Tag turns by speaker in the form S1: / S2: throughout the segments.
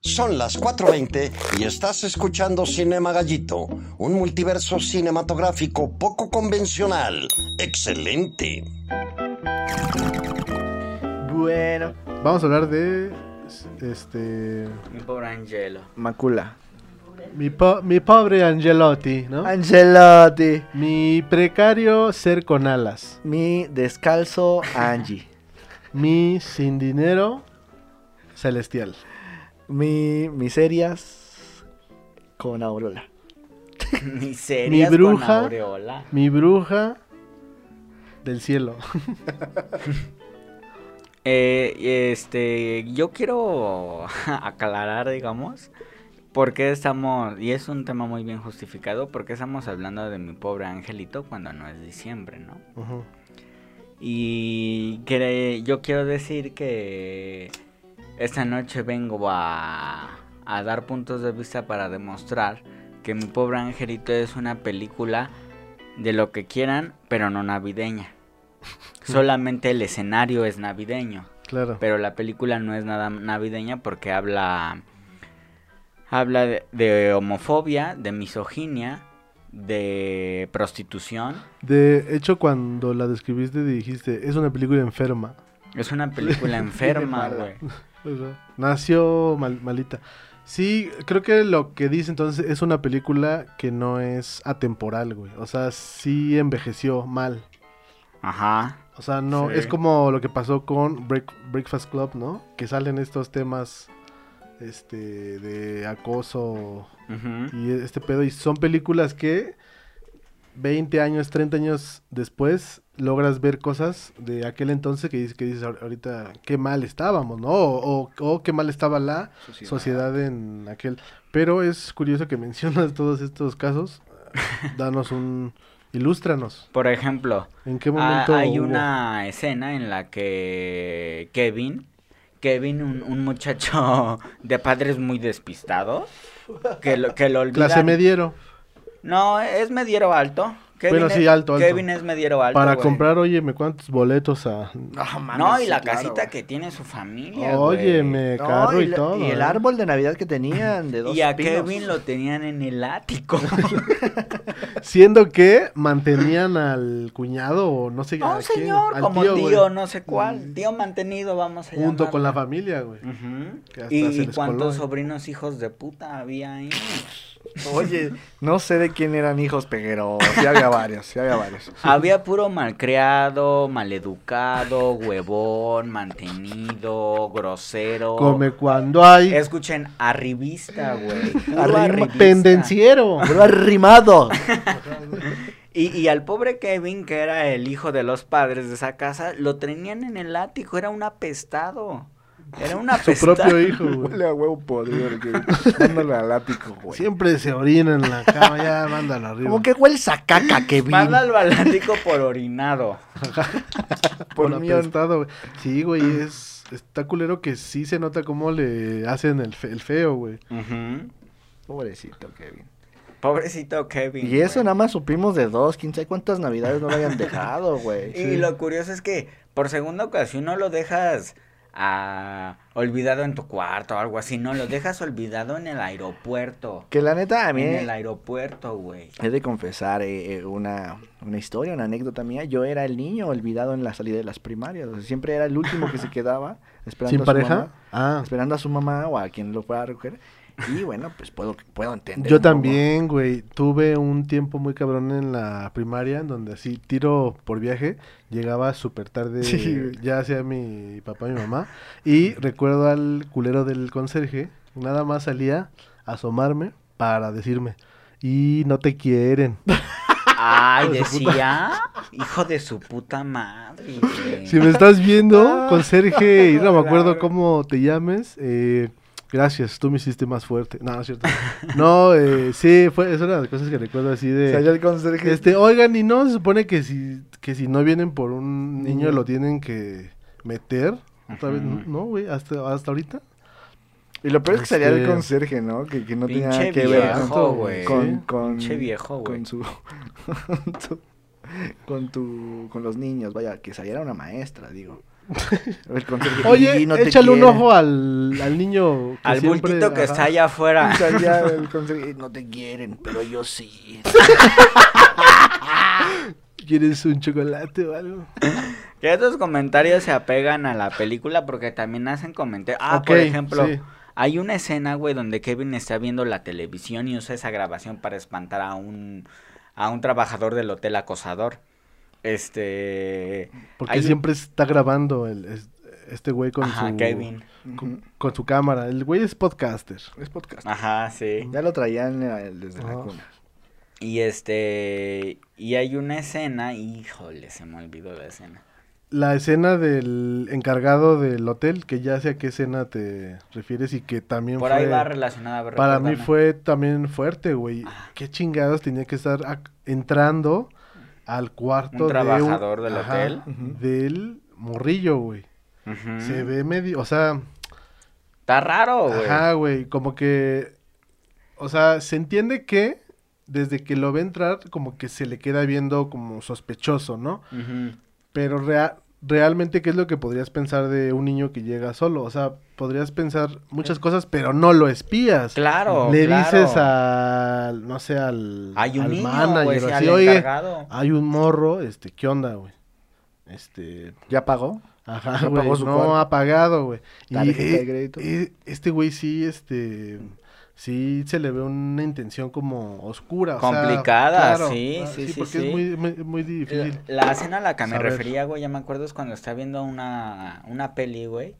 S1: Son las 4.20 y estás escuchando Cinema Gallito, un multiverso cinematográfico poco convencional. Excelente.
S2: Bueno,
S3: Vamos a hablar de. Este.
S4: Mi pobre Angelo.
S2: Macula.
S3: Mi, po- mi pobre Angelotti, ¿no?
S2: Angelotti.
S3: Mi precario ser con alas.
S2: Mi descalzo Angie.
S3: Mi sin dinero celestial.
S2: Mi miserias con Aurora.
S4: Miserias
S3: Mi bruja.
S4: con aureola.
S3: Mi bruja del cielo.
S4: Eh, este, yo quiero aclarar, digamos, por qué estamos, y es un tema muy bien justificado, por qué estamos hablando de mi pobre angelito cuando no es diciembre, ¿no?
S3: Ujú.
S4: Y cre- yo quiero decir que esta noche vengo a, a dar puntos de vista para demostrar que mi pobre angelito es una película de lo que quieran, pero no navideña. Solamente el escenario es navideño.
S3: Claro.
S4: Pero la película no es nada navideña porque habla. Habla de, de homofobia, de misoginia, de prostitución.
S3: De hecho, cuando la describiste, dijiste: es una película enferma.
S4: Es una película enferma,
S2: mala.
S4: güey.
S3: O sea, nació mal- malita. Sí, creo que lo que dice entonces es una película que no es atemporal, güey. O sea, sí envejeció mal.
S4: Ajá.
S3: O sea, no,
S2: Sí.
S3: es como lo que pasó con Break- Breakfast Club, ¿no? Que salen estos temas este de acoso
S4: ujú.
S3: y este pedo y son películas que 20 años, 30 años después logras ver cosas de aquel entonces que dices que dices "Ahor- ahorita qué mal estábamos, ¿no? O, o- o qué mal estaba la sociedad. en aquel. Pero es curioso que mencionas todos estos casos. Danos un ilústranos.
S4: Por ejemplo,
S3: ¿En qué
S4: ha-
S3: momento
S4: Ah, hay
S3: hubo?
S4: una escena en la que Kevin, Kevin, un, un muchacho de padres muy despistado, que lo, que lo olvida.
S3: clase mediero?
S4: No, es mediero alto.
S3: Bueno, sí,
S4: es-
S3: alto, alto.
S4: Kevin es mediero alto.
S3: Para
S4: güey.
S3: comprar, óyeme, ¿cuántos boletos a...?
S2: Ah, No,
S4: No, y la casita que tiene su familia. güey.
S3: Óyeme, carro y,
S2: la-
S3: todo.
S2: y el
S3: ¿eh?
S2: árbol de Navidad que tenían de dos
S4: Y a
S2: pinos.
S4: Kevin lo tenían en el ático.
S3: Siendo que mantenían al cuñado o no sé
S4: A
S3: a
S4: un
S3: quién,
S4: señor,
S3: al
S4: como tío,
S3: güey,
S4: no sé
S2: Mm.
S4: cuál. Tío mantenido, vamos a
S3: Junto con
S4: llamarlo.
S3: la familia, güey.
S4: Ujú.
S3: Que hasta se
S4: Y, y
S3: les coló,
S4: cuántos
S3: ¿eh?
S4: sobrinos hijos de puta había ahí.
S2: Oye, no sé de quién eran hijos, pero sí había varios, sí había varios.
S4: había puro malcriado, maleducado, huevón, mantenido, grosero.
S3: Come cuando hay...
S4: Escuchen, arribista, güey. puro
S3: arriba,
S4: arribista.
S3: pendenciero.
S2: Pero arrimado.
S4: Y, y al pobre Kevin, que era el hijo de los padres de esa casa, lo tenían en el ático, era un apestado. Era un
S3: Su
S4: apestado.
S3: propio hijo, güey.
S2: Huele a huevo podrido, el Kevin, dándole al ático, güey.
S3: Siempre se orina en la cama, ya mándalo arriba.
S2: Como que huele a caca, Kevin.
S4: Mándalo al ático por orinado.
S3: por
S2: por mío.
S3: apestado, güey. Sí, güey, es... Está culero que sí se nota cómo le hacen el, fe- el feo, güey.
S4: Ujú.
S2: Pobrecito, Kevin.
S4: Pobrecito Kevin.
S2: Y eso
S4: güey.
S2: nada más supimos de dos, quién sabe cuántas navidades no lo habían dejado, güey.
S4: Y lo curioso es que por segunda ocasión no lo dejas ah, olvidado en tu cuarto o algo así, no, lo dejas olvidado en el aeropuerto.
S2: Que la neta, a mí
S4: En el aeropuerto, güey.
S2: he de confesar eh, eh, una, una historia, una anécdota mía. Yo era el niño olvidado en la salida de las primarias. o sea, siempre era el último que se quedaba esperando
S3: ¿Sin
S2: a su
S3: pareja?
S2: mamá.
S3: Ah,
S2: Esperando a su mamá o a quien lo fuera a recoger. Y bueno, pues puedo, puedo entender.
S3: Yo
S2: un poco.
S3: también, güey. Tuve un tiempo muy cabrón en la primaria, en donde así tiro por viaje, llegaba súper tarde,
S2: Sí, güey.
S3: ya sea mi papá y mi mamá. Y recuerdo al culero del conserje, nada más salía a asomarme para decirme, y no te quieren.
S4: Ay, decía, hijo de su puta madre. güey.
S3: Si me estás viendo, conserje, y no me acuerdo cómo te llames, eh, gracias, tú me hiciste más fuerte. No, no es cierto. No, eh, sí, fue, es una de las cosas que recuerdo así de...
S2: O sea, yo el conserje.
S3: Este, oigan, y no se supone que si, que si no vienen por un niño
S2: Niño.
S3: lo tienen que meter. Otra vez,
S4: Ajá.
S3: no, güey, hasta, hasta ahorita.
S2: Y lo peor es que salía el
S3: Este-
S2: conserje, ¿no? Que, que no tenía
S4: Pinche
S2: nada que ver
S4: viejo,
S2: con,
S4: güey.
S2: con, con-
S4: Pinche viejo, güey.
S2: Con su, con tu, con tu, con los niños, vaya, que saliera una maestra, digo. El conserje,
S3: Oye,
S2: "Y no te
S3: échale un
S2: quiere".
S3: ojo al, al niño. que
S4: Al
S3: siempre-
S4: bultito que
S3: ajá.
S4: está allá afuera.
S2: O sea, ya el conserje, no te quieren, pero yo sí.
S3: ¿Quieres un chocolate o algo?
S4: Que estos comentarios se apegan a la película porque también hacen comentarios. Ah, por
S3: Ok,
S4: ejemplo,
S3: sí.
S4: hay una escena, güey, donde Kevin está viendo la televisión y usa esa grabación para espantar a un, a un trabajador del hotel acosador. Este.
S3: Porque
S4: hay un-
S3: siempre está grabando el, es- este güey con
S4: Ajá,
S3: su.
S4: Kevin.
S3: Con, con su cámara. El güey es podcaster.
S2: Es podcast.
S4: Ajá, Ah, sí.
S2: Ya lo traían eh, desde la
S3: Ah.
S2: cuna.
S4: Y este. Y hay una escena. Híjole, se me olvidó la escena.
S3: La escena del encargado del hotel, que ya sé a qué escena te refieres y que también
S4: Por
S3: fue.
S4: ahí va relacionada. a ver,
S3: Para mí
S4: recuérdame.
S3: fue también fuerte, güey.
S4: Ah.
S3: ¿Qué chingados tenía que estar ac- entrando al cuarto
S4: Un
S3: de
S4: trabajador del hotel.
S2: Ujú.
S3: Del morrillo, güey.
S4: Ujú.
S3: Se ve medio, o sea,
S4: Está raro, Mm. Oh, güey.
S3: ajá, güey, como que o sea, se entiende que desde que lo ve entrar como que se le queda viendo como sospechoso, ¿no?
S4: Ujú.
S3: Pero rea- realmente qué es lo que podrías pensar de un niño que llega solo? O sea, podrías pensar muchas cosas, pero no lo espías.
S4: Eh. Claro.
S3: Le
S4: claro.
S3: dices al, no sé, al,
S4: Hay un
S3: al
S4: niño,
S3: manager,
S4: güey,
S3: así,
S4: sí, al
S3: oye, Ah,
S4: encargado".
S3: hay un morro, este, ¿qué onda, güey? Este,
S2: ¿Ya pagó?
S3: ajá,
S2: No
S3: güey,
S2: pagó su
S3: no
S2: cuarto.
S3: ha pagado, güey. Y
S2: Tarjeta de
S3: eh,
S2: crédito.
S3: eh, este güey sí, este, sí se le ve una intención como oscura, o sea,
S4: Complicada,
S3: claro,
S4: sí,
S3: ah,
S4: sí, sí,
S3: porque
S4: sí.
S3: es muy, muy, muy
S2: Eh,
S3: difícil.
S4: La, la escena a la que me
S3: saber.
S4: refería, güey, ya me acuerdo es cuando está viendo una, una peli, güey.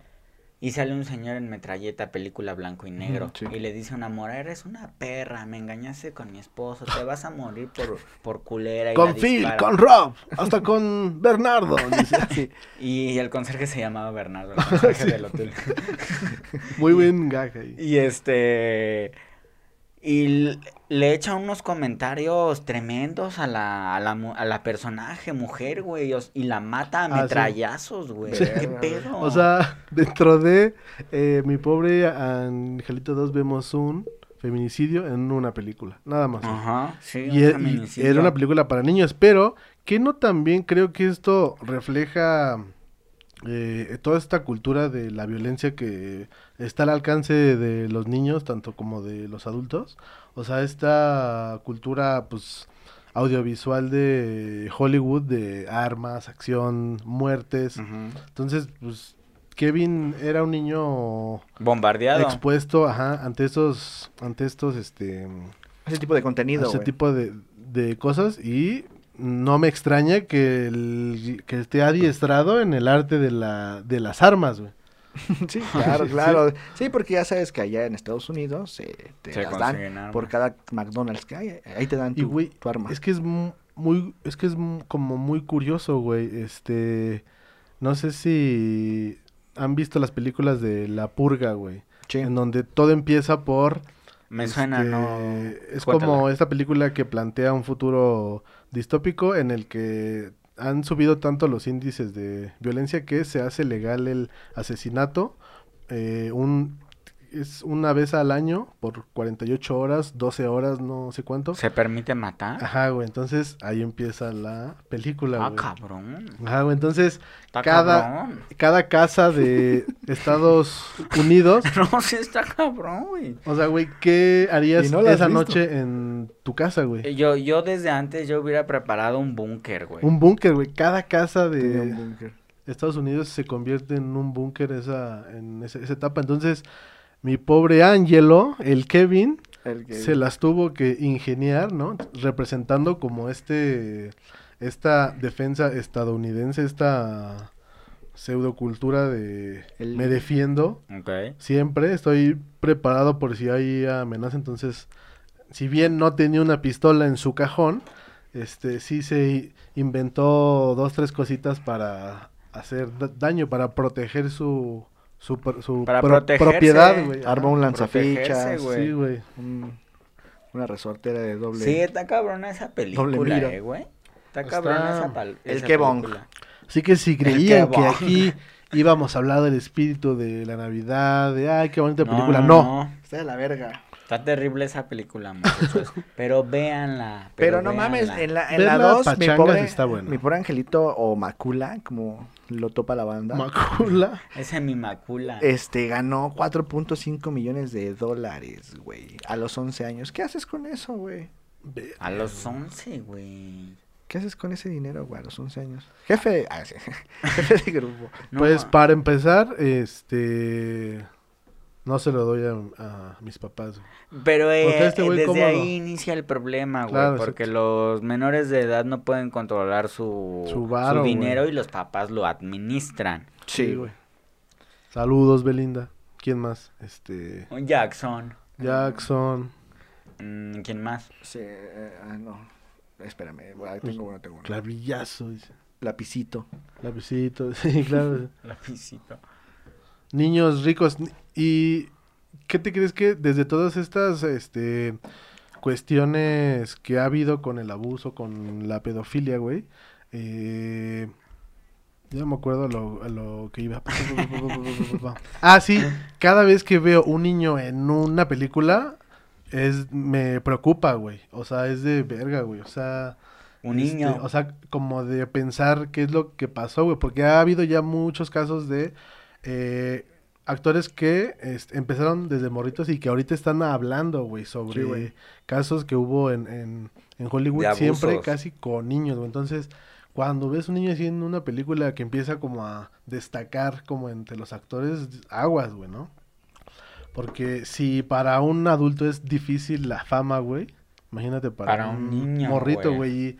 S4: Y sale un señor en metralleta, película blanco y negro.
S2: sí.
S4: Y le dice a una mora, eres una perra, me engañaste con mi esposo, te vas a morir por, por culera. Y la
S3: Con Phil,
S4: dispara".
S3: con Rob, hasta con Bernardo. dice,
S2: Sí.
S4: Y el conserje se llamaba Bernardo, el conserje del hotel.
S3: Muy buen gag ahí.
S4: Y este. Y l- le echa unos comentarios tremendos a la, a la, mu- a la personaje, mujer, güey. os- Y la mata a
S3: Ah, sí.
S4: metrallazos, güey.
S2: Sí.
S4: ¿Qué pedo?
S3: O sea, dentro de eh, mi pobre Angelito 2 vemos un feminicidio en una película, nada más.
S4: Ajá, sí.
S3: Y,
S4: un
S3: e- y
S4: feminicidio.
S3: era una película para niños, pero que no también creo que esto refleja eh, toda esta cultura de la violencia que está al alcance de los niños, tanto como de los adultos. O sea, esta cultura, pues audiovisual de Hollywood de armas, acción, muertes,
S4: Ujú.
S3: entonces, pues, Kevin era un niño
S4: Bombardeado.
S3: expuesto, ajá, ante estos, ante estos, este,
S2: Ese tipo de contenido,
S3: ese
S2: güey.
S3: tipo de, de cosas y no me extraña que, el- que esté adiestrado en el arte de la, de las armas, güey.
S2: Sí, claro, claro. Sí. porque ya sabes que allá en Estados Unidos eh, te
S4: Se
S2: las dan
S4: consiguen armas.
S2: por cada McDonald's que hay. Ahí te dan
S3: Y,
S2: tu,
S3: güey,
S2: tu arma.
S3: es que es mu- muy, es que es mu- como muy curioso, güey, este, no sé si han visto las películas de La Purga, güey,
S2: Sí.
S3: en donde todo empieza por
S4: Me suena,
S3: Este,
S4: ¿no?
S3: Es
S4: Cuéntala.
S3: como esta película que plantea un futuro distópico en el que han subido tanto los índices de violencia que se hace legal el asesinato. eh, un, es una vez al año por 48 horas, 12 horas, no sé cuánto.
S4: ¿Se permite matar?
S3: Ajá, güey. Entonces ahí empieza Ah, la película,
S4: Ah,
S3: güey.
S4: cabrón.
S3: Ajá, güey. Entonces
S4: Está
S3: cada,
S4: cabrón.
S3: cada casa de Estados Unidos
S4: No, sí está cabrón, güey.
S3: O sea, güey, ¿qué harías
S2: Y no la has
S3: esa
S2: visto.
S3: noche en tu casa, güey?
S4: Eh, Yo, yo desde antes yo hubiera preparado un búnker, güey.
S3: Un búnker, güey. Cada casa
S2: Tenía un
S3: de
S2: búnker.
S3: Estados Unidos se convierte en un búnker esa, en esa, esa etapa. Entonces, mi pobre Angelo, el Kevin,
S2: El que-
S3: se las tuvo que ingeniar, ¿no? Representando como este, esta defensa estadounidense, esta pseudocultura de
S2: El-
S3: me defiendo
S4: Ok.
S3: siempre estoy preparado por si hay amenaza, entonces si bien no tenía una pistola en su cajón, este sí se inventó dos tres cositas para hacer da- daño, para proteger su su, pro- su
S4: Para
S3: pro-
S4: protegerse.
S3: propiedad, güey.
S2: Arma un lanzafichas.
S4: protegerse, güey.
S3: Sí, güey.
S2: un- una resortera de doble.
S4: Sí, está cabrona esa película,
S2: mira.
S4: eh, güey. Está
S3: Está-
S4: cabrona esa, pal-
S2: El
S4: esa
S2: Kevon.
S4: película.
S3: Así que si
S4: que
S3: creían que
S4: va.
S3: aquí íbamos a hablar del espíritu de la Navidad, de ay, qué bonita película, no.
S2: Está de la verga.
S4: Está terrible esa película, muchachos. pero véanla.
S2: Pero, no mames,
S4: véanla.
S2: en la en
S3: Ver
S2: la
S3: la
S2: 2 mi
S3: pachanga
S2: pobre
S3: está bueno.
S2: mi pobre angelito o Macula, como lo topa la banda.
S3: Macula.
S4: Ese mi macula.
S2: este ganó 4.5 millones de dólares, güey, a los 11 años. ¿Qué haces con eso, güey?
S3: Ver-
S4: A los 11, güey.
S2: ¿Qué haces con ese dinero, güey, a los 11 años? Jefe, de- ah, sí, jefe de grupo.
S4: No,
S3: pues
S4: ma-
S3: para empezar, este. No se lo doy a, a mis papás. güey.
S4: Pero eh,
S3: Porque este
S4: eh,
S3: güey,
S4: desde
S3: ¿cómo lo-
S4: ahí inicia el problema, güey.
S3: Claro,
S4: porque los menores de edad no pueden controlar su,
S3: Su varo, güey.
S4: dinero y los papás lo administran.
S2: Sí, güey.
S3: Saludos, Belinda. ¿Quién más? Este.
S4: Un Jackson.
S3: Jackson.
S4: Mm, ¿Quién más?
S2: Sí, eh, ah, no. Espérame, güey, ahí tengo uno, tengo uno.
S3: Clavillazo, dice.
S2: Lapicito.
S3: Lapicito, sí, claro.
S4: Lapicito.
S3: Niños ricos. ni- ¿Y qué te crees que desde todas estas este, cuestiones que ha habido con el abuso, con la pedofilia, güey? Eh, ya no me acuerdo a lo, a lo que iba. ah, sí. Cada vez que veo un niño en una película, es me preocupa, güey. O sea, es de verga, güey. O sea...
S4: Un
S3: Este,
S4: niño.
S3: o sea, como de pensar qué es lo que pasó, güey. Porque ha habido ya muchos casos de eh, actores que este, empezaron desde morritos y que ahorita están hablando, güey, sobre
S2: güey.
S3: casos que hubo en, en, en Hollywood
S4: De
S3: siempre
S4: abusos.
S3: casi con niños, güey. Entonces, cuando ves un niño así en una película que empieza como a destacar como entre los actores, aguas, güey, ¿no? Porque si para un adulto es difícil la fama, güey, imagínate para,
S4: Para un niño,
S3: morrito,
S4: güey.
S3: güey. y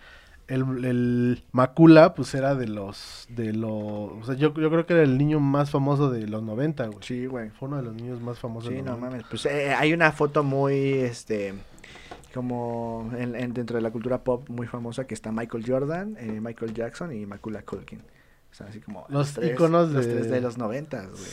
S3: el, el Macula, pues era de los, de los, o sea, yo, yo creo que era el niño más famoso de los 90, güey.
S2: Sí, güey.
S3: Fue uno de los niños más famosos.
S2: Sí,
S3: de los
S2: no
S3: 90.
S2: mames. Pues eh, hay una foto muy, este, como en- en- dentro de la cultura pop muy famosa que está Michael Jordan, eh, Michael Jackson y Macula Culkin. O sea, así como
S3: Los íconos
S2: los
S3: de-
S2: tres de los noventas, güey.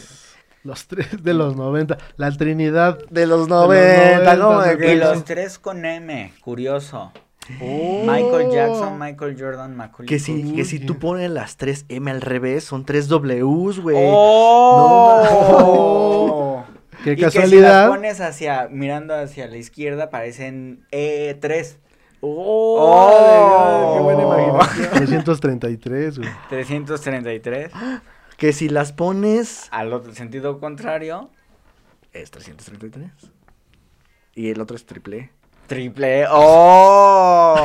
S3: Los tres de los 90. La Trinidad.
S2: De los
S3: 90, ¿cómo de
S4: Y
S3: que
S4: los tres con M, curioso.
S2: Oh.
S4: Michael
S3: Oh.
S4: Jackson, Michael Jordan, Macaulay
S2: Que si, que si tú pones las tres M al revés, son tres Ws, güey.
S4: ¡Oh!
S3: Qué
S4: Y que si las
S3: casualidad.
S4: pones hacia, mirando hacia la izquierda, E parecen E3.
S2: ¡Oh!
S4: ¡Oh!
S2: ¡Qué buena imaginación!
S3: 333, güey.
S4: 333.
S2: Que si las pones...
S4: Al otro sentido contrario,
S2: Es 333. Y el otro es triple.
S4: triple. E. ¡Oh!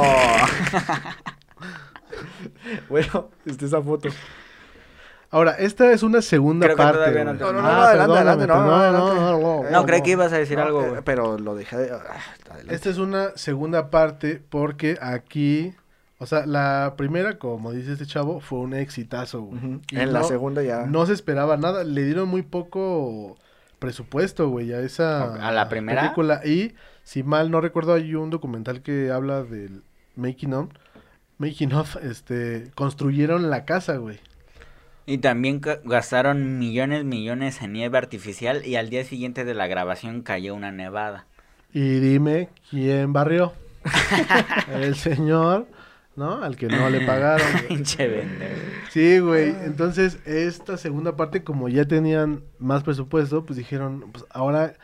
S2: Bueno, está esa foto.
S3: Ahora, esta es una segunda
S4: Creo que
S3: parte.
S4: todavía no
S3: güey.
S4: termina. No, no,
S2: no, adelante,
S3: perdóname,
S2: adelante, no,
S3: perdóname,
S2: adelante.
S3: no,
S4: no,
S3: no,
S4: creí
S3: no.
S4: que ibas a decir
S2: No,
S4: algo,
S2: eh,
S4: güey.
S2: pero lo dejé de... ah, adelante.
S3: Esta es una segunda parte porque aquí, o sea, la primera, como dice este chavo, fue un exitazo, güey.
S2: Ujú.
S3: Y
S2: En la
S3: no-
S2: segunda ya...
S3: No se esperaba nada, le dieron muy poco presupuesto, güey, a esa
S4: ¿A la primera?
S3: película. Y si mal no recuerdo, hay un documental que habla del Making of. Making of, este, construyeron la casa, güey.
S4: Y también ca- gastaron millones, millones en nieve artificial y al día siguiente de la grabación cayó una nevada.
S3: Y dime quién barrió. El señor, ¿no? Al que no le pagaron. güey.
S4: Pinche vende.
S3: Sí, güey. Entonces, esta segunda parte, como ya tenían más presupuesto, pues dijeron, pues ahora,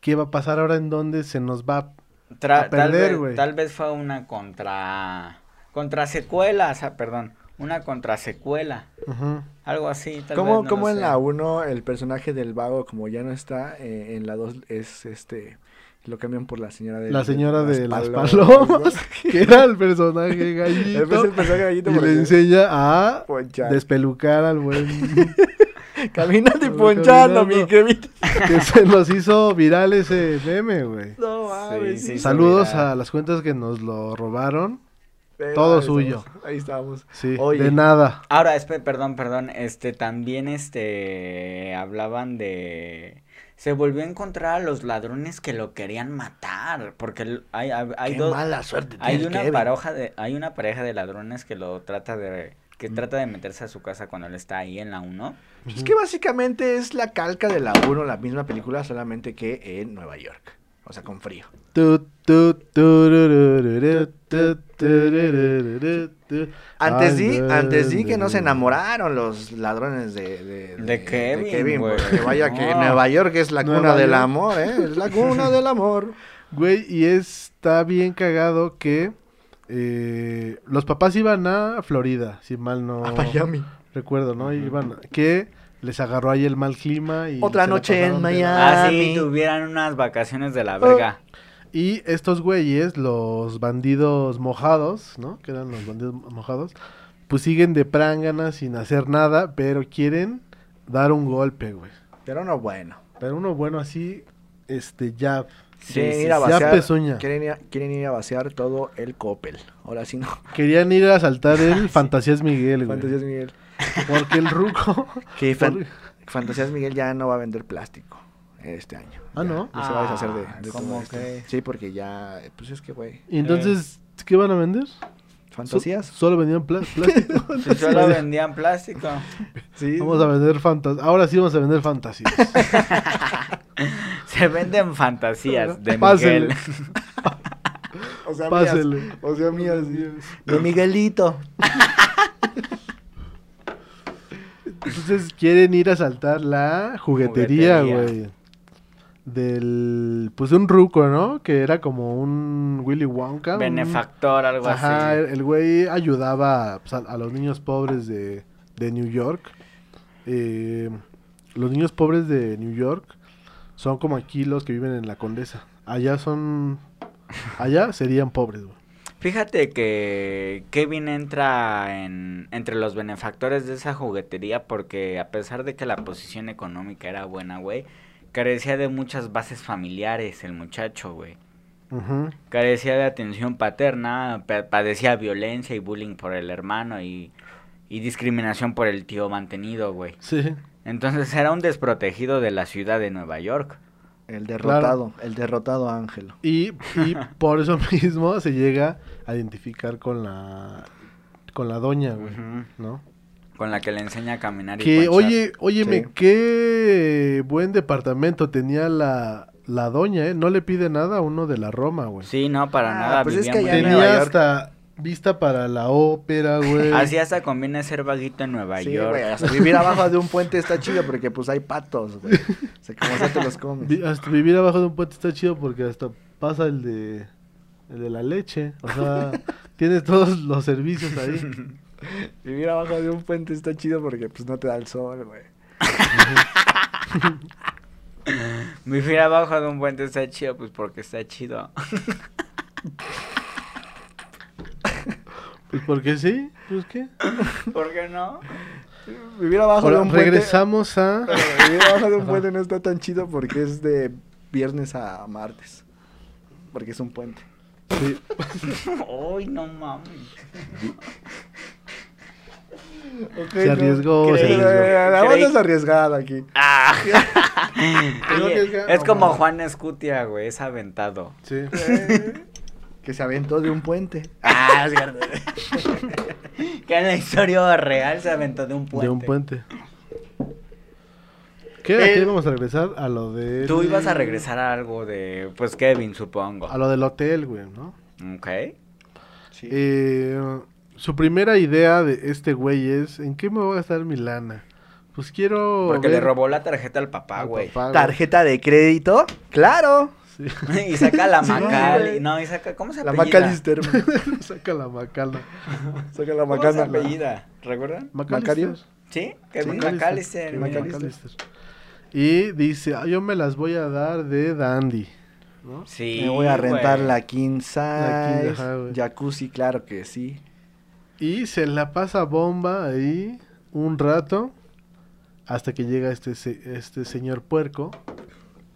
S3: ¿qué va a pasar? Ahora en dónde se nos va.
S4: Tra-
S3: A
S4: tal,
S3: perder,
S4: vez,
S3: güey.
S4: tal vez fue una contra... Contra secuela, o sea, perdón. Una contra secuela.
S3: Ujú.
S4: Algo así. Tal
S2: ¿Cómo,
S4: vez, no
S2: cómo
S4: lo
S2: en
S4: sé.
S2: la 1 el personaje del vago, como ya no está, eh, en la 2 es este... Lo cambian por la señora de...
S3: La señora de las palomas,
S2: palomas.
S3: que era el personaje
S2: En vez
S3: gallito.
S2: del personaje gallito,
S3: y
S2: porque-
S3: le enseña a
S2: Ponchar.
S3: despelucar al buen
S2: Caminando y
S3: Caminando.
S2: ponchando, mi Kevin.
S3: que se nos hizo viral ese meme, güey.
S2: No mames.
S4: Sí,
S2: sí.
S4: sí.
S3: Saludos
S4: viral.
S3: a las cuentas que nos lo robaron.
S2: Eh,
S3: Todo
S2: ahí
S3: suyo.
S2: estamos, Ahí estamos.
S3: Sí,
S2: Oye.
S3: de nada.
S4: Ahora, espe- perdón, perdón, este, también, este, hablaban de... Se volvió a encontrar a los ladrones que lo querían matar, porque el- hay, hay, hay
S2: Qué
S4: dos...
S2: mala suerte
S4: Hay
S2: tiene el
S4: una,
S2: Kevin.
S4: paroja de, hay una pareja de ladrones que lo trata de... que trata de meterse a su casa cuando él está ahí en la 1.
S2: Es que básicamente es la calca de la 1, la misma película, solamente que en Nueva York. o sea, con frío.
S3: Tu, tu, tururururu, tu, tururururu, tu.
S2: Antes
S3: Ay,
S2: di,
S3: no,
S2: antes di que
S3: no.
S2: no se enamoraron los ladrones de, de,
S4: De Kevin, güey.
S2: porque vaya que
S4: No.
S2: Nueva York es la
S3: Nueva
S2: cuna del
S3: York.
S2: amor, ¿eh? Es la cuna del amor.
S3: Güey, y está bien cagado que eh, los papás iban a Florida, si mal no
S2: A Miami.
S3: recuerdo, ¿no? Iban a- que les agarró ahí el mal clima y
S2: Otra
S3: se la
S2: noche en
S3: pasaron de-
S2: Miami.
S4: Así
S2: Mami.
S4: Ah, tuvieran unas vacaciones de la verga.
S3: Y estos güeyes, los bandidos mojados, ¿no? Que eran los bandidos mo- mojados, pues siguen de pránganas sin hacer nada, pero quieren dar un golpe, güey.
S2: Pero no bueno.
S3: Pero uno bueno así, este, ya.
S2: Quieren
S4: sí,
S2: ir a
S3: sí. Ya pezuña.
S2: vaciar. Quieren ir, a- quieren ir a vaciar todo el Coppel. Ahora sí no.
S3: Querían ir a asaltar el Fantasías Miguel, güey.
S2: Fantasías Miguel.
S3: Porque el ruco...
S2: Que
S3: Fan-
S2: Fan- Fantasías Miguel ya no va a vender plástico este año. Ya,
S3: Ah, ¿no?
S2: ya se va a deshacer de,
S4: Ah,
S2: de
S4: ¿cómo
S2: todo esto.
S4: crees?
S2: Sí, porque ya, eh, pues es que, güey.
S3: Y entonces, ¿qué van a vender? So-
S2: Eh. Fantasías.
S3: Solo vendían pla- plástico.
S4: Si solo vendían plástico.
S2: Sí.
S3: vamos a vender fantasías. Ahora sí vamos a vender fantasías.
S4: Se venden fantasías de
S3: Pásenle.
S4: Miguel.
S2: O sea,
S3: Pásele.
S2: O sea, mías. De Miguelito.
S3: Entonces quieren ir a saltar la juguetería,
S4: Juguetería.
S3: güey. Del. Pues de un ruco, ¿no? Que era como un Willy Wonka. un-
S4: Benefactor, algo
S3: Ajá,
S4: así.
S3: el- el güey ayudaba pues, a, a los niños pobres de, de New York. Eh, los niños pobres de New York son como aquí los que viven en la Condesa. Allá son. Allá serían pobres, güey.
S4: Fíjate que Kevin entra en, entre los benefactores de esa juguetería porque a pesar de que la posición económica era buena, güey, carecía de muchas bases familiares el muchacho, güey.
S3: Ujú.
S4: Carecía de atención paterna, pa- padecía violencia y bullying por el hermano y, y discriminación por el tío mantenido, güey.
S3: Sí.
S4: Entonces era un desprotegido de la ciudad de Nueva York.
S2: El derrotado. El derrotado Ángelo.
S3: Y, y por eso mismo se llega a identificar con la con la doña, güey,
S4: Ujú.
S3: ¿no?
S4: Con la que le enseña a caminar y
S3: Que
S4: guachar.
S3: oye, óyeme,
S2: Sí.
S3: qué buen departamento tenía la, la doña, ¿eh? No le pide nada a uno de la Roma, güey.
S4: Sí, no, para
S2: Ah,
S4: nada.
S2: pues es
S4: vivía
S2: que
S4: muy
S2: allá en
S4: bien.
S2: Nueva
S3: Tenía
S2: York.
S3: hasta vista para la ópera, güey.
S4: Así hasta conviene ser vaguito en Nueva
S2: Sí,
S4: York.
S2: güey, o sea, vivir abajo de un puente está chido porque pues hay patos, güey. O sea, como sea te los comes.
S3: Vi- hasta vivir abajo de un puente está chido porque hasta pasa el de el de la leche, o sea, tienes todos los servicios ahí.
S2: Vivir abajo de un puente está chido porque pues no te da el sol, güey.
S4: Vivir abajo de un puente está chido, pues porque está chido.
S3: Pues porque sí, pues qué.
S4: ¿Por qué no?
S2: Vivir abajo
S3: Ahora
S2: de un
S3: regresamos a
S2: puente. Pero Vivir abajo de un
S3: Ajá.
S2: puente no está tan chido porque es de viernes a martes. Porque es un puente.
S3: Sí.
S4: Uy, no mames.
S3: Se no. arriesgó, se
S2: Creí-
S3: arriesgó.
S2: Eh, La
S4: Creí-
S2: onda es arriesgada aquí.
S4: Ah.
S3: Creo que es
S4: Oye,
S3: gano,
S4: es como
S3: mano.
S4: Juan Escutia, güey, es aventado.
S3: Sí.
S2: Que se aventó de un puente.
S4: Ah, es cierto. que en la historia real se aventó de un puente.
S3: De un puente. ¿Qué? ¿A qué vamos a regresar? A lo de.
S4: Tú ibas a regresar a algo de, pues Kevin, supongo.
S3: A lo del hotel, güey, ¿no?
S4: Ok.
S3: Eh, su primera idea de este güey es: ¿en qué me voy a gastar mi lana? Pues quiero.
S4: Porque le
S3: ver
S4: robó la tarjeta al papá,
S3: al
S4: Ah, güey.
S3: papá, güey.
S2: ¿Tarjeta de crédito? ¡Claro!
S3: Sí.
S4: y saca la
S3: Sí,
S4: Macal.
S2: güey.
S4: No, y saca, ¿cómo se
S2: La
S4: apellida?
S2: Macalister.
S3: Saca la macana.
S2: Saca la
S4: ¿Cómo se
S2: macana.
S4: apellida? ¿Recuerdan?
S2: Macario.
S4: ¿Sí? Kevin
S3: Macalister.
S4: Macalister.
S3: Kevin
S4: güey.
S3: Macalister. Y dice: ah, Yo me las voy a dar de Dandy. ¿no?
S4: Sí,
S2: Me voy a
S4: güey.
S2: rentar la King Size.
S3: La king, ajá, güey.
S2: jacuzzi, claro que sí.
S3: Y se la pasa bomba ahí un rato hasta que llega este, se- este señor puerco.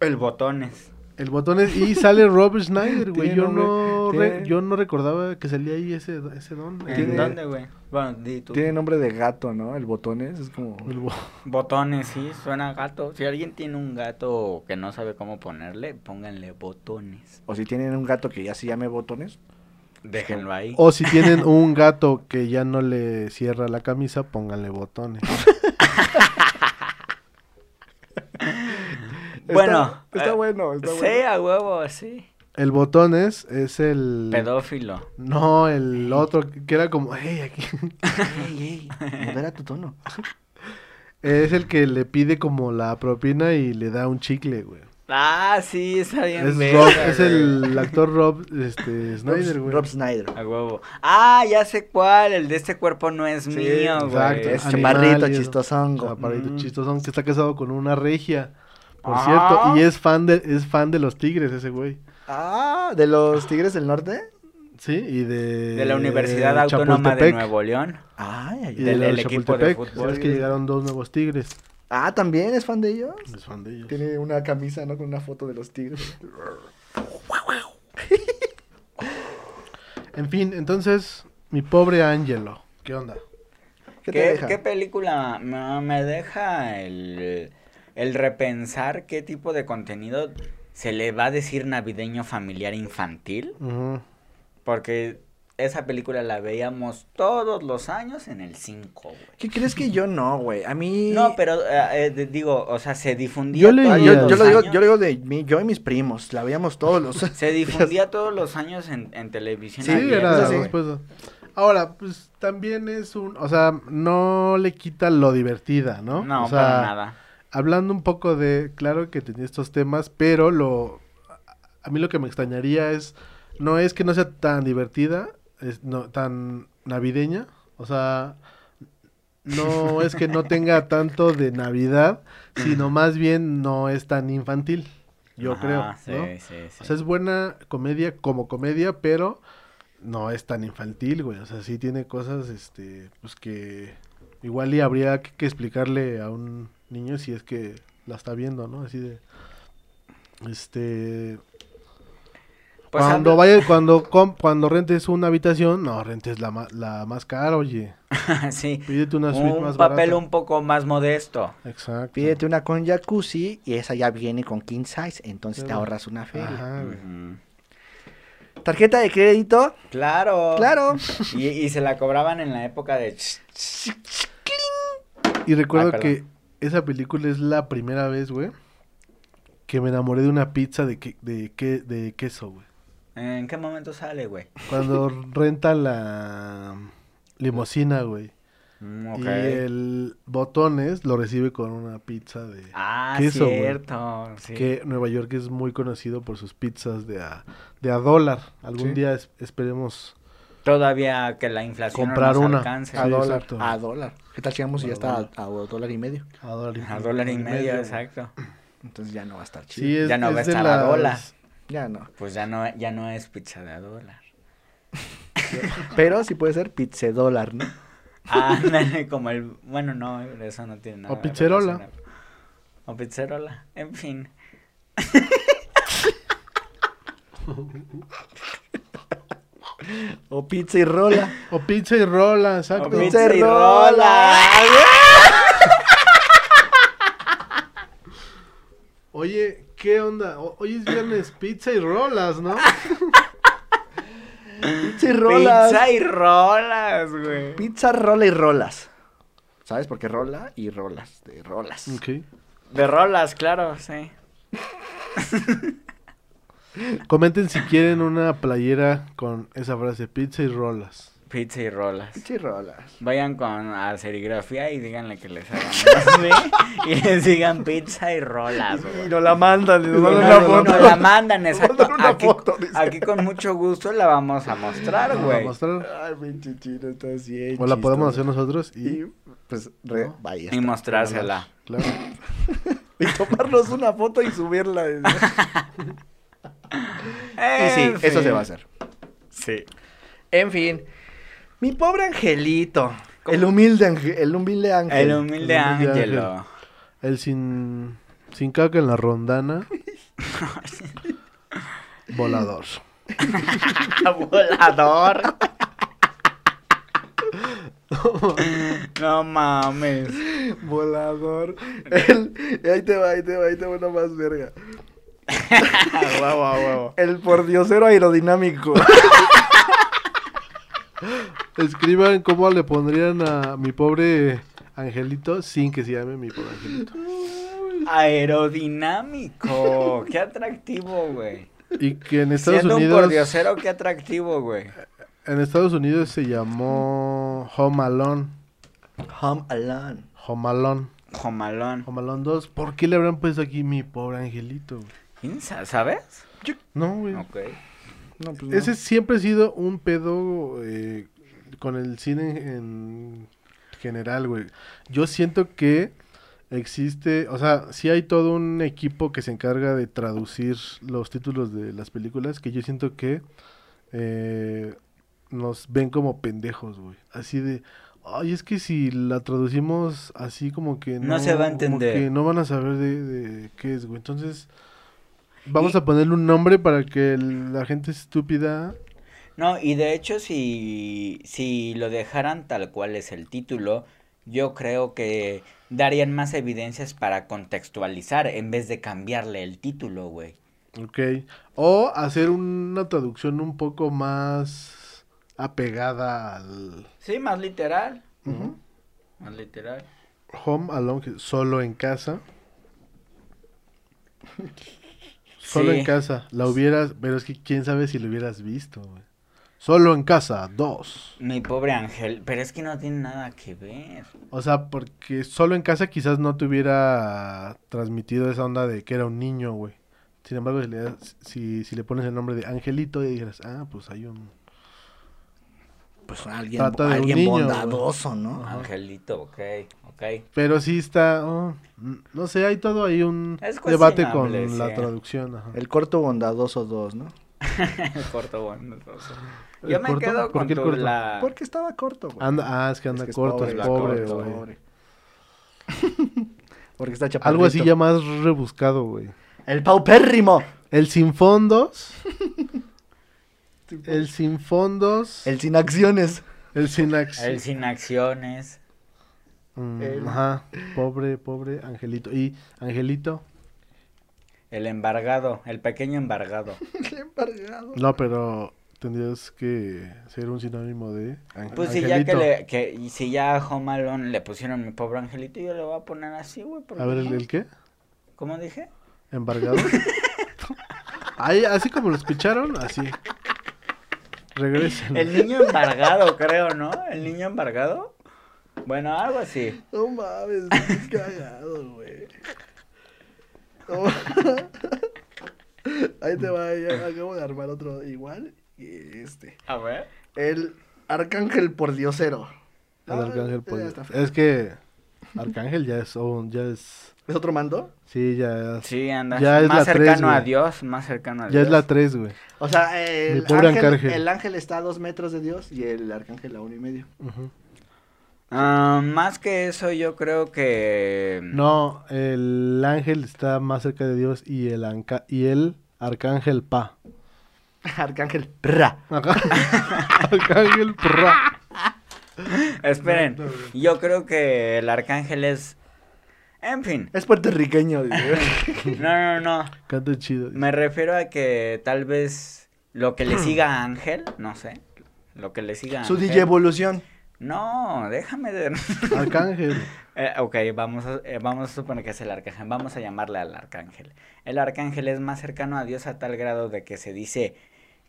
S4: El botones.
S3: El botón es... Y sale Robert Schneider, güey.
S2: Tiene
S3: Yo
S2: nombre-
S3: no,
S2: tiene-
S3: re- yo no recordaba que salía ahí ese, ese don. Este,
S4: ¿En
S2: Tiene-
S4: dónde, güey? Bueno, di tú.
S2: Tiene nombre de gato, ¿no? El botones es como.
S3: El bo-
S4: Botones, sí, suena a gato. Si alguien tiene un gato que no sabe cómo ponerle, pónganle botones.
S2: O si tienen un gato que ya se llame botones.
S4: Déjenlo ahí.
S2: Oh,
S3: O si tienen un gato que ya no le cierra la camisa, pónganle botones.
S4: Bueno,
S2: Está, está
S4: eh,
S2: bueno, está
S4: Sí,
S2: bueno.
S4: a huevo, sí.
S3: El botones es el.
S4: Pedófilo.
S3: No, el otro que era como, hey, aquí.
S2: Ey, ey, modera tu tono.
S3: Es el que le pide como la propina y le da un chicle, güey.
S4: Ah, sí, está bien.
S3: Es
S4: verga,
S3: Rob, es
S4: güey.
S3: el actor Rob este, Snyder,
S2: Rob,
S3: güey.
S2: Rob Snyder.
S4: A huevo. Ah, ya sé cuál. El de este cuerpo no es mío, güey. Este
S3: exacto.
S2: Es
S3: Animal
S2: chaparrito,
S3: y eso.
S2: Este chistosongo.
S3: Chaparrito
S4: Mm.
S3: chistosón, que está casado con una regia. Por
S4: Ah.
S3: cierto, y es fan de, es fan de los Tigres ese güey.
S2: Ah, de los Tigres del Norte.
S3: Sí, y de
S4: De la Universidad
S2: eh,
S4: Autónoma de
S3: Chapultepec.
S4: Nuevo León.
S2: Ay, ay,
S3: Y
S2: ay.
S4: del-
S3: de
S4: el
S3: la
S4: equipo de
S3: Chapultepec.
S4: fútbol.
S3: Sabes que llegaron dos nuevos Tigres.
S2: Ah, también es fan de ellos.
S3: Es fan de ellos.
S2: Tiene una camisa, ¿no? Con una foto de los Tigres.
S3: En fin, entonces, mi pobre Angelo. ¿Qué onda?
S2: ¿Qué,
S4: ¿Qué,
S2: te deja?
S4: qué película me, me deja el, el repensar qué tipo de contenido se le va a decir navideño familiar infantil?
S3: Ujú.
S4: Porque esa película la veíamos todos los años en el 5, güey.
S2: ¿Qué crees que yo no, güey? A mí.
S4: No, pero eh, eh, de- digo, o sea, se difundía
S3: Yo
S4: todos
S2: Ah,
S3: leí-
S2: yo,
S4: los
S2: yo lo digo,
S4: años-
S2: yo lo digo de mí, yo y mis primos. La veíamos todos los.
S4: Se difundía todos los años en, en televisión.
S3: Sí,
S4: abierta,
S3: era
S2: sí.
S3: la respuesta. Ahora, pues también es un. O sea, no le quita lo divertida, ¿no?
S4: No,
S3: O sea,
S4: para nada.
S3: Hablando un poco de. Claro que tenía estos temas, pero lo. A mí lo que me extrañaría es. No es que no sea tan divertida, es no, tan navideña. O sea. No es que no tenga tanto de Navidad, sino más bien no es tan infantil. Yo
S4: Ajá,
S3: creo. ¿no?
S4: Ah, Sí, sí, sí.
S3: O sea, es buena comedia como comedia, pero no es tan infantil, güey. O sea, sí tiene cosas, este, pues que igual y habría que, que explicarle a un niño si es que la está viendo, ¿no? Así de, este,
S4: Pues
S3: cuando
S4: habla-
S3: vaya, cuando com- cuando rentes una habitación, no rentes la, ma- la más cara, oye,
S4: sí.
S3: pídete una suite
S4: Un
S3: más
S4: papel
S3: barata.
S4: un poco más modesto.
S3: Exacto.
S2: Pídete una con jacuzzi y esa ya viene con king size, entonces te
S3: Claro.
S2: ahorras una feria.
S3: Ajá, güey.
S4: Ujú.
S2: Tarjeta de crédito,
S4: Claro.
S2: claro.
S4: Y, y se la cobraban en la época de... ch- ch-
S3: Y recuerdo
S4: Ah, perdón.
S3: que esa película es la primera vez, güey, que me enamoré de una pizza de, que, de, que, de queso, güey.
S4: ¿En qué momento sale, güey?
S3: Cuando renta la limusina, güey.
S4: Mm, ok.
S3: Y el botones lo recibe con una pizza de...
S4: Ah,
S3: queso, güey.
S4: cierto. sí.
S3: Que Nueva York es muy conocido por sus pizzas de a, de a dólar. Algún
S2: Sí.
S3: día es- esperemos...
S4: Todavía que la inflación
S3: Comprar
S4: no nos
S3: una.
S4: alcance.
S3: Sí,
S2: a dólar.
S3: exacto.
S2: A dólar. ¿Qué tal si llegamos y ya
S3: A
S2: está a, a dólar y medio?
S3: A dólar y,
S4: A dólar y medio,
S3: güey.
S4: exacto.
S2: Entonces ya no va a estar chido.
S3: Sí, es,
S4: Ya no va a
S3: es de
S4: estar a
S3: las-
S4: dólar.
S2: Ya no.
S4: Pues ya no, ya no es pizza de a dólar.
S2: Pero sí puede ser pizza dólar, ¿no?
S4: Ah, como el... Bueno, no, eso no tiene nada.
S3: O pizzerola.
S4: relacionado. O pizzerola, en fin.
S2: O pizza y rola.
S3: O pizza y rola,
S4: O
S3: exacto.
S4: pizza y
S2: Pizzerola.
S4: rola.
S3: Oye, ¿qué onda? O- hoy es viernes pizza y rolas, ¿no?
S2: Pizza y rolas.
S4: Pizza y rolas, güey.
S2: Pizza, rola y rolas. ¿Sabes? Porque rola y rolas. De rolas.
S3: ok.
S4: De rolas, claro, sí.
S3: Comenten si quieren una playera con esa frase, pizza y rolas.
S4: Pizza y rolas.
S2: Pizza y rolas.
S4: Vayan con a serigrafía y díganle que les hagan ¿sí? y les digan pizza y rolas, güey.
S2: no la mandan.
S4: Y
S3: mandan
S4: no-
S3: una
S4: y
S3: foto.
S4: nos la mandan, exacto.
S2: mandan una
S4: Aquí,
S2: foto, dice.
S4: aquí con mucho gusto la vamos a mostrar,
S3: Vamos a
S4: güey.
S3: mostrar.
S2: Ay, pinche chino, estás bien.
S3: O la podemos hacer
S2: chistoso.
S3: nosotros y...
S2: Y pues, re, vaya.
S4: Y mostrársela.
S3: Claro.
S2: Y tomarnos una foto y subirla. Y
S4: En
S2: sí, eso
S4: fin.
S2: se va a hacer.
S4: Sí.
S2: En fin. Mi pobre angelito. El humilde, ange- el humilde ángel.
S4: El humilde
S3: humilde
S4: Ángelo.
S3: El sin... sin caca en la rondana. Volador.
S4: Volador. No mames.
S2: Volador. El... Ahí te va, ahí te va, ahí te va una más verga.
S4: huevo, a huevo.
S2: El pordiosero aerodinámico.
S3: Escriban cómo le pondrían a mi pobre angelito sin que se llame mi pobre angelito.
S4: aerodinámico. Qué atractivo, güey.
S3: Y que en Estados
S4: Siendo un ¿eh?
S3: Unidos.
S4: pordiosero, qué atractivo, güey.
S3: En Estados Unidos se llamó Home Alone.
S2: Home Alone.
S3: Home Alone.
S4: Jomalón.
S3: Home Alone 2. ¿Por qué le habrán puesto aquí mi pobre angelito? güey?
S4: ¿Quién sa- ¿Sabes?
S3: No, güey.
S4: Ok.
S2: No, pues no.
S3: Ese siempre ha sido un pedo eh, con el cine en general, güey. Yo siento que existe, o sea, sí hay todo un equipo que se encarga de traducir los títulos de las películas que yo siento que eh, nos ven como pendejos, güey. Así de, ay, es que si la traducimos así como que no,
S4: No se va a
S3: como
S4: entender.
S3: que no van a saber de, de qué es, güey. Entonces... Vamos a ponerle un nombre para que el- la gente estúpida
S4: No, y de hecho, si, si lo dejaran tal cual es el título, yo creo que darían más evidencias para contextualizar en vez de cambiarle el título, güey.
S3: Ok. O hacer una traducción un poco más apegada al
S4: Sí, más literal. Más literal.
S3: Home Alone, que- solo en casa. Solo en
S4: Sí.
S3: casa. La hubieras, pero es que quién sabe si lo hubieras visto. güey. Solo en casa, dos.
S4: Mi pobre ángel, pero es que no tiene nada que ver.
S3: O sea, porque solo en casa quizás no te hubiera transmitido esa onda de que era un niño, güey. Sin embargo, si le, das- si, si le pones el nombre de Angelito y dijeras, ah, pues hay un...
S2: Pues alguien,
S3: Trata de un
S2: alguien
S3: niño, güey.
S2: bondadoso, ¿no?
S4: Angelito, ok, ok.
S3: Pero sí está, oh, mm, no sé, hay todo ahí un
S4: Es
S3: debate con
S4: cuestionable, sí.
S3: la traducción. ajá.
S2: El corto bondadoso 2, ¿no?
S4: corto, bueno, entonces.
S3: ¿El
S4: Yo me
S3: corto?
S4: quedo
S3: ¿Por
S4: con
S3: qué el
S4: tu
S3: corto?
S4: la...
S2: Porque estaba corto, güey.
S3: Anda, ah, es que anda
S2: Ah. Es que es
S3: corto, es
S4: pobre,
S3: pobre,
S4: corto,
S3: güey.
S2: pobre. Porque está chaparrito.
S3: Algo así ya más rebuscado, güey.
S2: ¡El paupérrimo!
S3: El sin fondos. el sin fondos. El,
S2: El sin acciones.
S3: sin acción.
S4: El sin acciones.
S2: el-
S3: Mm, Ajá. Pobre, pobre Angelito. Y Angelito.
S4: El embargado, el pequeño embargado.
S2: El embargado.
S3: No, pero tendrías que ser un sinónimo de Ang-
S4: Pues si ya que le, que, y si ya a Home Alone le pusieron mi pobre angelito, yo le voy a poner así, güey. porque
S3: A ver, ¿el,
S4: no.
S3: el qué?
S4: ¿Cómo dije?
S3: Embargado. Ahí, así como lo escucharon, así. Regresen.
S4: El niño embargado, creo, ¿no? El niño embargado. Bueno, algo así.
S2: No mames, qué cagado, güey. No. Ahí te va, ya acabo de armar otro igual. Y este.
S4: A ver.
S2: El arcángel por diosero.
S3: El arcángel
S2: Ah, ya
S3: pollo.
S2: está feo.
S3: Es que Arcángel ya es un- ya es
S2: ¿Es otro mando?
S3: sí, ya es,
S4: Sí, andas
S3: Ya es
S4: más
S3: la tres,
S4: cercano a
S3: güey.
S4: Dios, más cercano a
S3: ya
S4: Dios.
S3: es la 3, güey.
S2: O sea, el
S3: Mi pobre
S2: ángel,
S3: arcángel.
S2: el ángel está a dos metros de Dios y el arcángel a uno y medio.
S3: Ujú.
S4: Ah, más que eso, yo creo que...
S3: No, el ángel está más cerca de Dios y el anca- y el arcángel pa.
S2: Arcángel Ra.
S3: Ajá. arcángel prra.
S4: Esperen, yo creo que el arcángel es... En fin.
S2: Es puertorriqueño, eh. dice.
S4: No, no, no.
S3: Canta chido.
S4: Me refiero a que tal vez lo que le
S3: Hmm.
S4: siga a Ángel, no sé. Lo que le siga a
S2: Su
S4: Ángel.
S2: DJ evolución.
S4: No, déjame de...
S3: Arcángel.
S4: Eh, ok, vamos a, eh, vamos a suponer que es el arcángel. Vamos a llamarle al arcángel. El arcángel es más cercano a Dios a tal grado de que se dice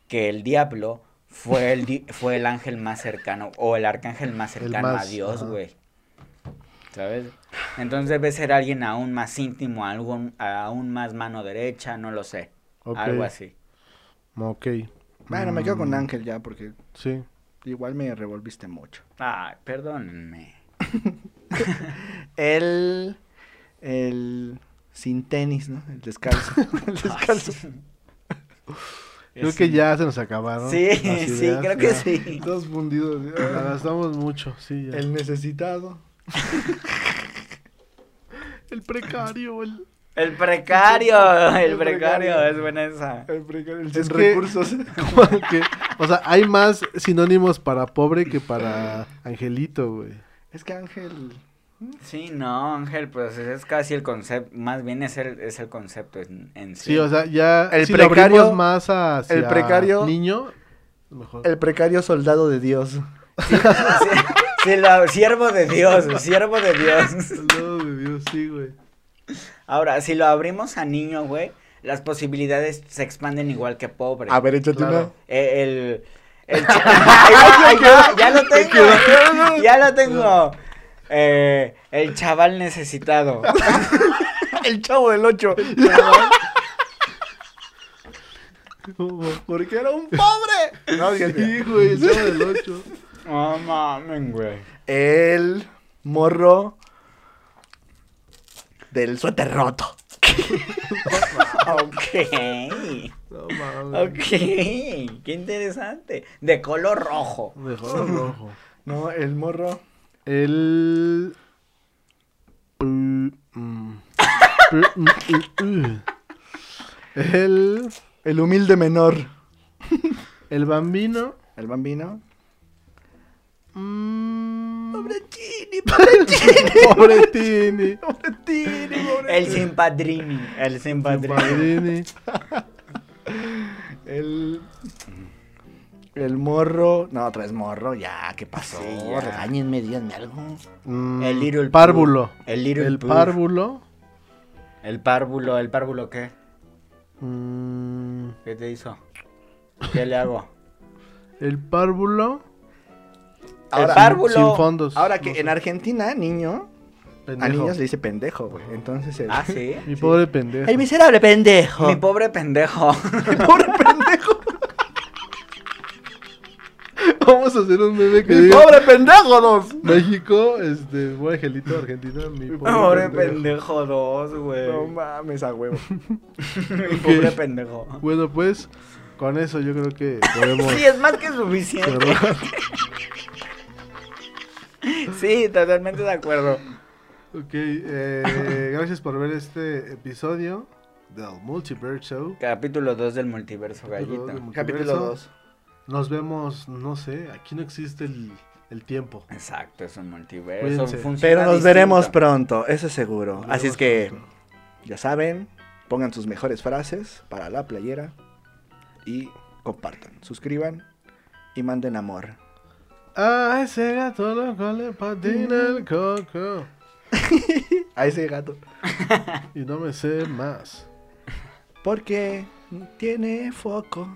S4: que el diablo fue el, di- fue el ángel más cercano o el arcángel más
S3: El
S4: cercano a
S3: más,
S4: Dios,
S3: ajá.
S4: güey. ¿Sabes? Entonces debe ser alguien aún más íntimo, algo, aún más mano derecha, no lo sé.
S3: Ok.
S4: Algo así.
S3: Ok.
S2: Bueno, me quedo con
S3: Mm,
S2: Ángel ya porque
S3: Sí.
S2: igual me revolviste mucho.
S4: Ay, perdónenme.
S2: El. El. Sin tenis, ¿no? El descalzo. El descalzo.
S3: Creo que ya se nos acabaron.
S4: Sí,
S3: las
S4: sí,
S3: ideas,
S4: creo que
S3: ya.
S4: sí.
S2: Todos fundidos. ¿sí?
S3: La gastamos mucho, sí. ya.
S2: El necesitado.
S3: el precario, el
S4: El precario, el
S2: El
S4: precario,
S2: precario.
S4: es buena esa.
S2: El precario. El
S3: Es
S2: sin
S3: que-
S2: recursos.
S3: Como que, o sea, hay más sinónimos para pobre que para angelito, güey.
S2: Es que Ángel.
S4: Sí, no, Ángel, pues es casi el concepto, más bien es el, es el concepto en, en sí.
S3: Sí, o sea, ya
S2: El
S3: si lo
S2: precario-
S3: abrimos más hacia
S2: el precario-
S3: niño, mejor.
S2: El precario soldado de Dios.
S4: Sí, sí, la- siervo de Dios, siervo de Dios.
S3: Saludos de Dios, sí, güey.
S4: Ahora, si lo abrimos a niño, güey, las posibilidades se expanden igual que a pobre.
S2: A ver, échate
S3: Claro.
S2: una.
S4: Eh, el. el chi- Ahí va, ahí va, ya lo tengo. eh, Ya lo tengo. Eh, el chaval necesitado.
S2: El chavo del 8.
S3: Porque era un
S2: ¡Pobre! No, Dios mío.
S3: Sí, güey, el chavo del 8.
S4: No mames, güey.
S2: El morro del suéter roto.
S4: Ok.
S3: No mames.
S4: Ok. Qué interesante. De color rojo.
S3: Mejor rojo.
S2: No, el morro.
S3: El. Mm. El.
S2: El humilde menor.
S3: El bambino.
S2: El bambino.
S3: Mm.
S2: Pobretini, pobretini.
S3: Pobre Tini.
S2: pobretini, pobre-
S4: El sin padrini. El sin padrini.
S3: Padrini.
S2: El. El morro. No, otra vez morro. Ya, ¿qué pasó?
S4: Sí, ya.
S2: Regáñenme, díganme algo.
S3: Mm,
S4: El little
S3: párvulo.
S4: pug. El little
S3: El
S4: pug.
S3: párvulo.
S4: El párvulo. ¿El párvulo qué?
S3: Mm,
S4: ¿Qué te hizo? ¿Qué le hago?
S3: el párvulo.
S4: el
S2: Ahora-
S4: párvulo.
S3: sin fondos.
S2: Ahora que
S3: No sé.
S2: en Argentina, niño, a
S3: Pendejo.
S2: niños le dice pendejo, güey. Entonces el.
S4: Ah, sí.
S3: Mi pobre pendejo.
S2: El miserable pendejo.
S4: Mi pobre pendejo.
S2: Mi pobre pendejo.
S3: Vamos a hacer un meme que
S2: Mi
S3: diga
S2: pobre pendejo, dos.
S3: México, este, buen angelito Argentina, mi pobre,
S4: Pobre
S3: pendejo.
S4: pendejo 2, güey.
S2: No mames, a huevo.
S4: Mi pobre pendejo.
S3: Bueno, pues con eso yo creo que podemos
S4: Sí, es más que suficiente.
S3: cerrar.
S4: Sí, totalmente de acuerdo.
S3: ok, eh, gracias por ver este episodio del Multiverse Show.
S4: Capítulo 2 del multiverso
S3: Capítulo
S4: gallito.
S3: dos del
S2: Capítulo 2.
S3: multiverso. Nos vemos, no sé, aquí no existe el, el tiempo.
S4: Exacto, es un multiverso.
S3: Cuídense.
S4: funciona
S2: Pero nos
S4: distinto.
S2: veremos pronto, eso es seguro.
S3: Nos
S2: Así
S3: vemos
S2: es que,
S3: pronto.
S2: ya saben, pongan sus mejores frases para la playera y compartan, suscriban y manden amor.
S3: A ese gato loco le patina el coco.
S2: A ese gato.
S3: Y no me sé más.
S2: Porque tiene foco.